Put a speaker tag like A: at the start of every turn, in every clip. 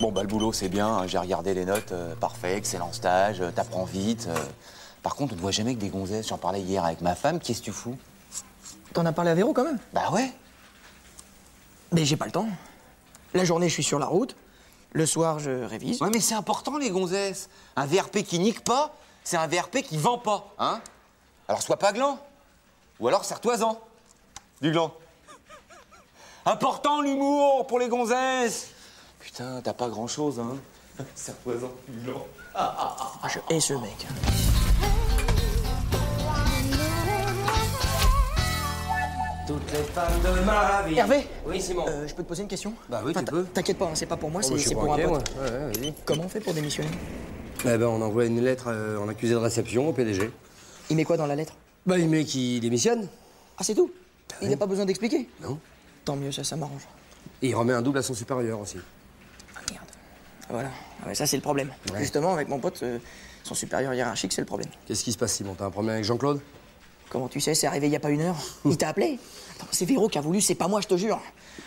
A: Bon, bah, le boulot, c'est bien. hein, J'ai regardé les notes. euh, parfait, excellent stage. euh, T'apprends vite. euh. Par contre, on ne voit jamais que des gonzesses. J'en parlais hier avec ma femme. Qu'est-ce que tu fous
B: T'en as parlé à Véro quand même
A: Bah ouais.
B: Mais j'ai pas le temps. La journée, je suis sur la route. Le soir, je révise.
A: Ouais, mais c'est important, les gonzesses. Un VRP qui nique pas, c'est un VRP qui vend pas, hein Alors sois pas gland. Ou alors serre-toi-en. Du gland. Important, l'humour, pour les gonzesses. Putain, t'as pas grand-chose, hein Serre-toi-en, du gland.
B: Ah, je hais ce mec.
A: Toutes les femmes de ma vie.
B: Hervé
A: Oui, Simon.
B: Euh, je peux te poser une question
C: Bah oui, tu
B: t'in-
C: peux.
B: T'inquiète pas, hein, c'est pas pour moi, c'est
C: Moi,
B: c'est pour un
C: inquiet,
B: pote.
C: moi. Ouais, ouais, vas-y.
B: Comment on fait pour démissionner
C: Eh ben, on envoie une lettre euh, en accusé de réception au PDG.
B: Il met quoi dans la lettre
C: Bah, il met qu'il démissionne.
B: Ah, c'est tout Il n'y a pas besoin d'expliquer
C: Non.
B: Tant mieux, ça, ça m'arrange.
C: Et il remet un double à son supérieur aussi.
B: Ah, merde. Voilà, Ah ouais, ça, c'est le problème. Justement, avec mon pote, euh, son supérieur hiérarchique, c'est le problème.
C: Qu'est-ce qui se passe, Simon T'as un problème avec Jean-Claude
B: Comment tu sais, c'est arrivé il y a pas une heure Il t'a appelé Attends, C'est Véro qui a voulu, c'est pas moi, je te jure.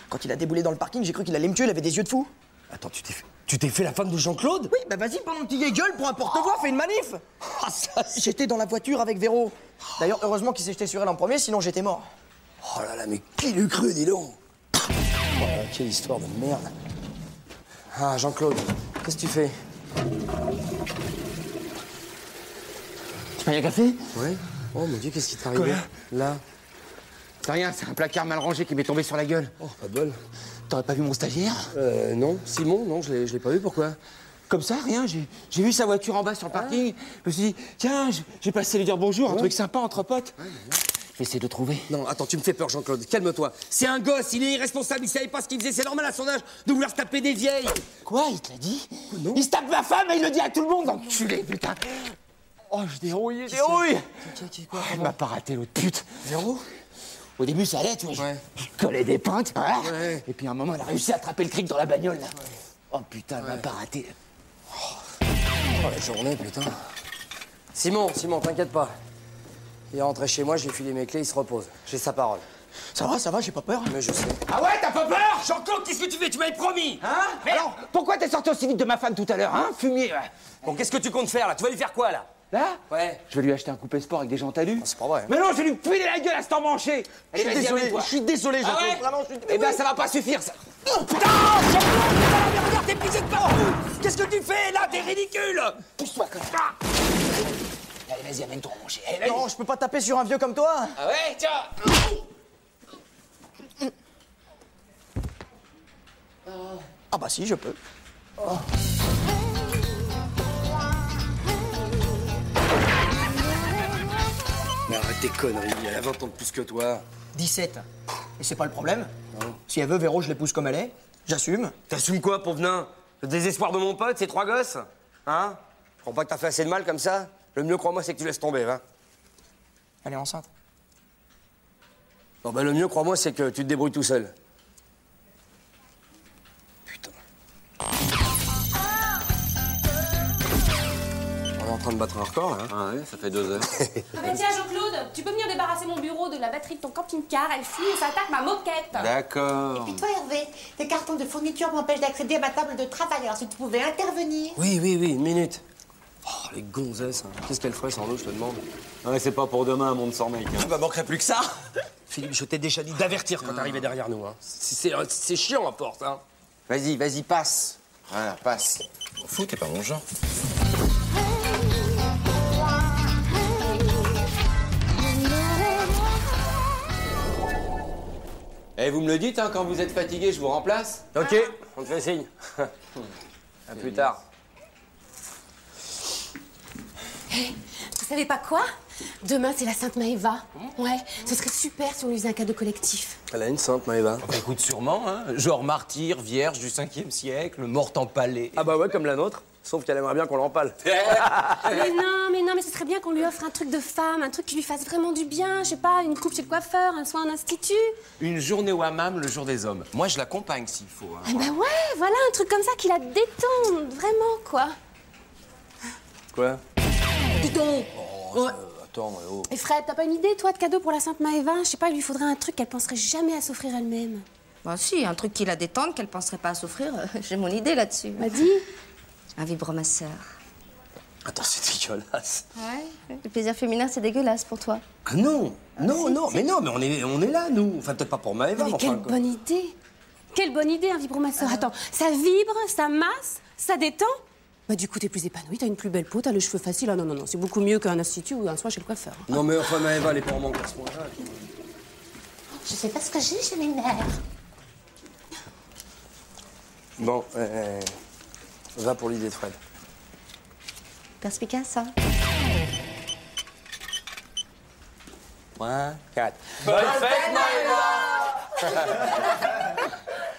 B: Quand il a déboulé dans le parking, j'ai cru qu'il allait me tuer, il avait des yeux de fou.
C: Attends, tu t'es fait... Tu t'es fait la femme de Jean-Claude
B: Oui, bah vas-y, prends mon petit gueule, prends un porte-voix, fais une manif Ah, ça, c'est- J'étais dans la voiture avec Véro. D'ailleurs, heureusement qu'il s'est jeté sur elle en premier, sinon j'étais mort.
C: Oh là là, mais qui l'eût cru, dis donc Oh, Quelle histoire de merde. Ah, Jean-Claude, qu'est-ce que tu fais
A: Tu payes un café
C: Ouais Oh mon Dieu, qu'est-ce qui t'est arrivé Là
A: T'as rien, c'est un placard mal rangé qui m'est tombé sur la gueule.
C: Oh, pas de bol.
A: T'aurais pas vu mon stagiaire
C: Euh, non, Simon, non, je l'ai- je l'ai pas vu, pourquoi
A: Comme ça, rien, j'ai j'ai vu sa voiture en bas sur le parking. Je me suis dit, tiens, je- j'ai passé lui dire bonjour, un truc sympa entre potes. Je vais essayer de le trouver.
C: Non, attends, tu me fais peur, Jean-Claude. Calme-toi. C'est un gosse, il est irresponsable, il savait pas ce qu'il faisait. C'est normal à son âge de vouloir se taper des vieilles.
A: Quoi, il te l'a dit Il se tape ma femme et il le dit à tout le monde, enculé, putain Oh, je dérouille, je dérouille Oh, Elle m'a pas raté, l'autre pute
C: Véro
A: Au début, ça allait, tu vois, je-
C: Ouais.
A: je collais des pintes, hein.
C: Ouais.
A: Et puis à un moment, elle a réussi à attraper le cric dans la bagnole, là. Oh putain, elle m'a pas raté.
C: Oh, la journée, putain. Simon, Simon, t'inquiète pas. Il est rentré chez moi, j'ai filé mes clés, il se repose. J'ai sa parole.
B: Ça va, ça va, j'ai pas peur.
C: Mais je sais.
A: Ah ouais, t'as pas peur Jean-Claude, qu'est-ce que tu fais Tu m'avais promis Hein Alors, pourquoi t'es sorti aussi vite de ma femme tout à l'heure, hein Fumier, ouais.
C: Bon, qu'est-ce que tu comptes faire là Tu vas lui faire quoi là
A: Là
C: Ouais.
A: Je vais lui acheter un coupé sport avec des gens talus.
C: c'est pas vrai.
A: Mais non, je vais lui puer la gueule à cet emmanché
B: Je suis désolé, je suis désolé,
A: Ah
B: Jean-Claude.
A: ouais
B: Vraiment, je suis-
C: Eh ben, ça va pas suffire, ça.
A: Oh putain Jean-Claude, putain, mais regarde, t'es pissé de partout Qu'est-ce que tu fais là T'es ridicule Pousse-toi, comme ça Allez, vas-y, amène-toi emmanché. Allez, vas-y.
B: Non, Oh, je peux pas taper sur un vieux comme toi.
A: Ah ouais, tiens
B: Ah bah si, je peux.
C: Mais arrête tes conneries, elle a 20 ans de plus que toi.
B: 17. Et c'est pas le problème. Si elle veut, Véro, je l'épouse comme elle est. J'assume.
C: T'assumes quoi, pauvre nain Le désespoir de mon pote, ces trois gosses Hein Je crois pas que t'as fait assez de mal comme ça Le mieux, crois-moi, c'est que tu laisses tomber, hein.
B: Elle est enceinte.
C: Non, bah, le mieux, crois-moi, c'est que tu te débrouilles tout seul. Putain. On est en train de battre un record, là. hein.
A: Ah ouais, ça fait deux heures.
D: Ah bah tiens Jean-Claude, tu peux venir débarrasser mon bureau de la batterie de ton camping-car, elle fuit et s'attaque ma moquette.
A: D'accord.
E: Et toi, Hervé, tes cartons de fourniture m'empêchent d'accéder à ma table de travail. Alors, si tu pouvais intervenir.
C: Oui, oui, oui, une minute. Oh, les gonzesses. hein. Qu'est-ce qu'elles feraient sans nous, je te demande
A: Ouais, c'est pas pour demain, un monde sans mec. hein.
C: Bah, manquerait plus que ça Philippe, je t'ai déjà dit d'avertir quand t'arrivais derrière nous. Hein. C'est- C'est euh, c'est chiant, à porte, hein.
A: Vas-y, vas-y, passe. Voilà, passe.
F: Fou, t'es pas mon genre.
A: Eh, vous me le dites, hein, quand vous êtes fatigué, je vous remplace
C: Ok, on te fait signe. à plus tard.
D: Vous savez pas quoi
F: Demain, c'est la Sainte Maëva. Ouais, ce serait super si on lui faisait un cadeau collectif.
C: Elle a une sainte, Maëva.
A: Bah, écoute, sûrement, hein. Genre martyr, vierge du 5e siècle, morte empalée.
C: Ah bah ouais, comme la nôtre. Sauf qu'elle aimerait bien qu'on l'empale.
F: Ah, Mais non, mais non, mais ce serait bien qu'on lui offre un truc de femme, un truc qui lui fasse vraiment du bien. Je sais pas, une coupe chez le coiffeur, un soin en institut.
A: Une journée au hammam, le jour des hommes. Moi, je l'accompagne s'il faut. hein.
F: Eh ben ouais, voilà, un truc comme ça qui la détende, vraiment, quoi.
C: Quoi
F: Dis donc Ouais.
C: Attends, ouais, oh.
F: Et Fred, t'as pas une idée, toi, de cadeau pour la Sainte Maëva Je sais pas, il lui faudrait un truc qu'elle penserait jamais à s'offrir elle-même.
G: Bah si, un truc qui la détende, qu'elle penserait pas à souffrir, j'ai mon idée là-dessus.
F: Bah dis
G: Un vibromasseur.
C: Attends, c'est dégueulasse.
G: Ouais, le plaisir féminin, c'est dégueulasse pour toi.
A: Ah non, non, non, mais non, mais on est, on est là, nous. Enfin, peut-être pas pour Maëva,
F: Mais Ah.
A: mais
F: quelle
A: enfin, quoi.
F: bonne idée Quelle bonne idée, hein, un vibromasseur Attends, ça vibre, ça masse, ça détend Bah du coup, t'es plus épanouie, t'as une plus belle peau, t'as le cheveu facile. Ah non, non, non, c'est beaucoup mieux qu'un institut ou un soin chez le coiffeur.
C: Non mais enfin, Maëva, elle est pas en manque à ce point-là.
E: Je sais pas ce que j'ai, j'ai mes nerfs.
C: Bon, euh, va pour l'idée de Fred.
G: Perspicace, hein
C: 3, 4.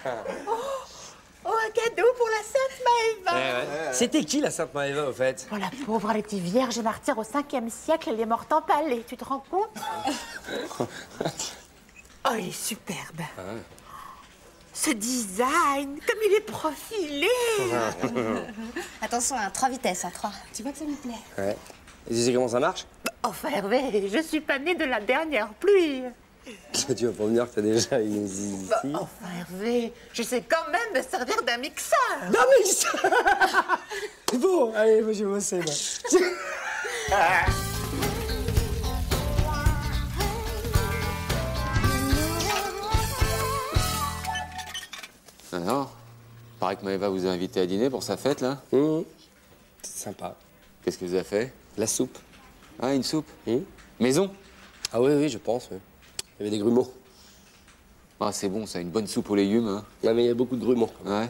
E: Oh, un cadeau pour la Sainte Maëva
C: C'était qui la Sainte Maëva, au fait
E: Oh, la pauvre, elle était vierge et martyre au 5e siècle, elle est morte en palais, tu te rends compte Oh, il est superbe
F: Ah
E: Ce design, comme il est profilé
G: Attention, hein, trois vitesses, hein, trois.
F: Tu vois que ça me plaît
C: Ouais. Et tu sais comment ça marche
E: Enfin, Hervé, je suis pas née de la dernière pluie
C: Tu vas pas me dire que t'as déjà une zizi.
E: Enfin, Hervé, je sais quand même me servir d'un mixeur
C: Non mais C'est bon, allez, moi je vais bosser, moi.
A: Ah non. Paraît que Maëva vous a invité à dîner pour sa fête, là.
C: Hum, C'est sympa.
A: Qu'est-ce que vous avez fait
C: La soupe.
A: Ah, une soupe.
C: Hum.
A: Maison.
C: Ah oui, oui, je pense. oui. Il y avait des grumeaux.
A: Ah, c'est bon, ça, une bonne soupe aux légumes. hein.
C: Ouais, mais il y a beaucoup de grumeaux.
A: Ouais.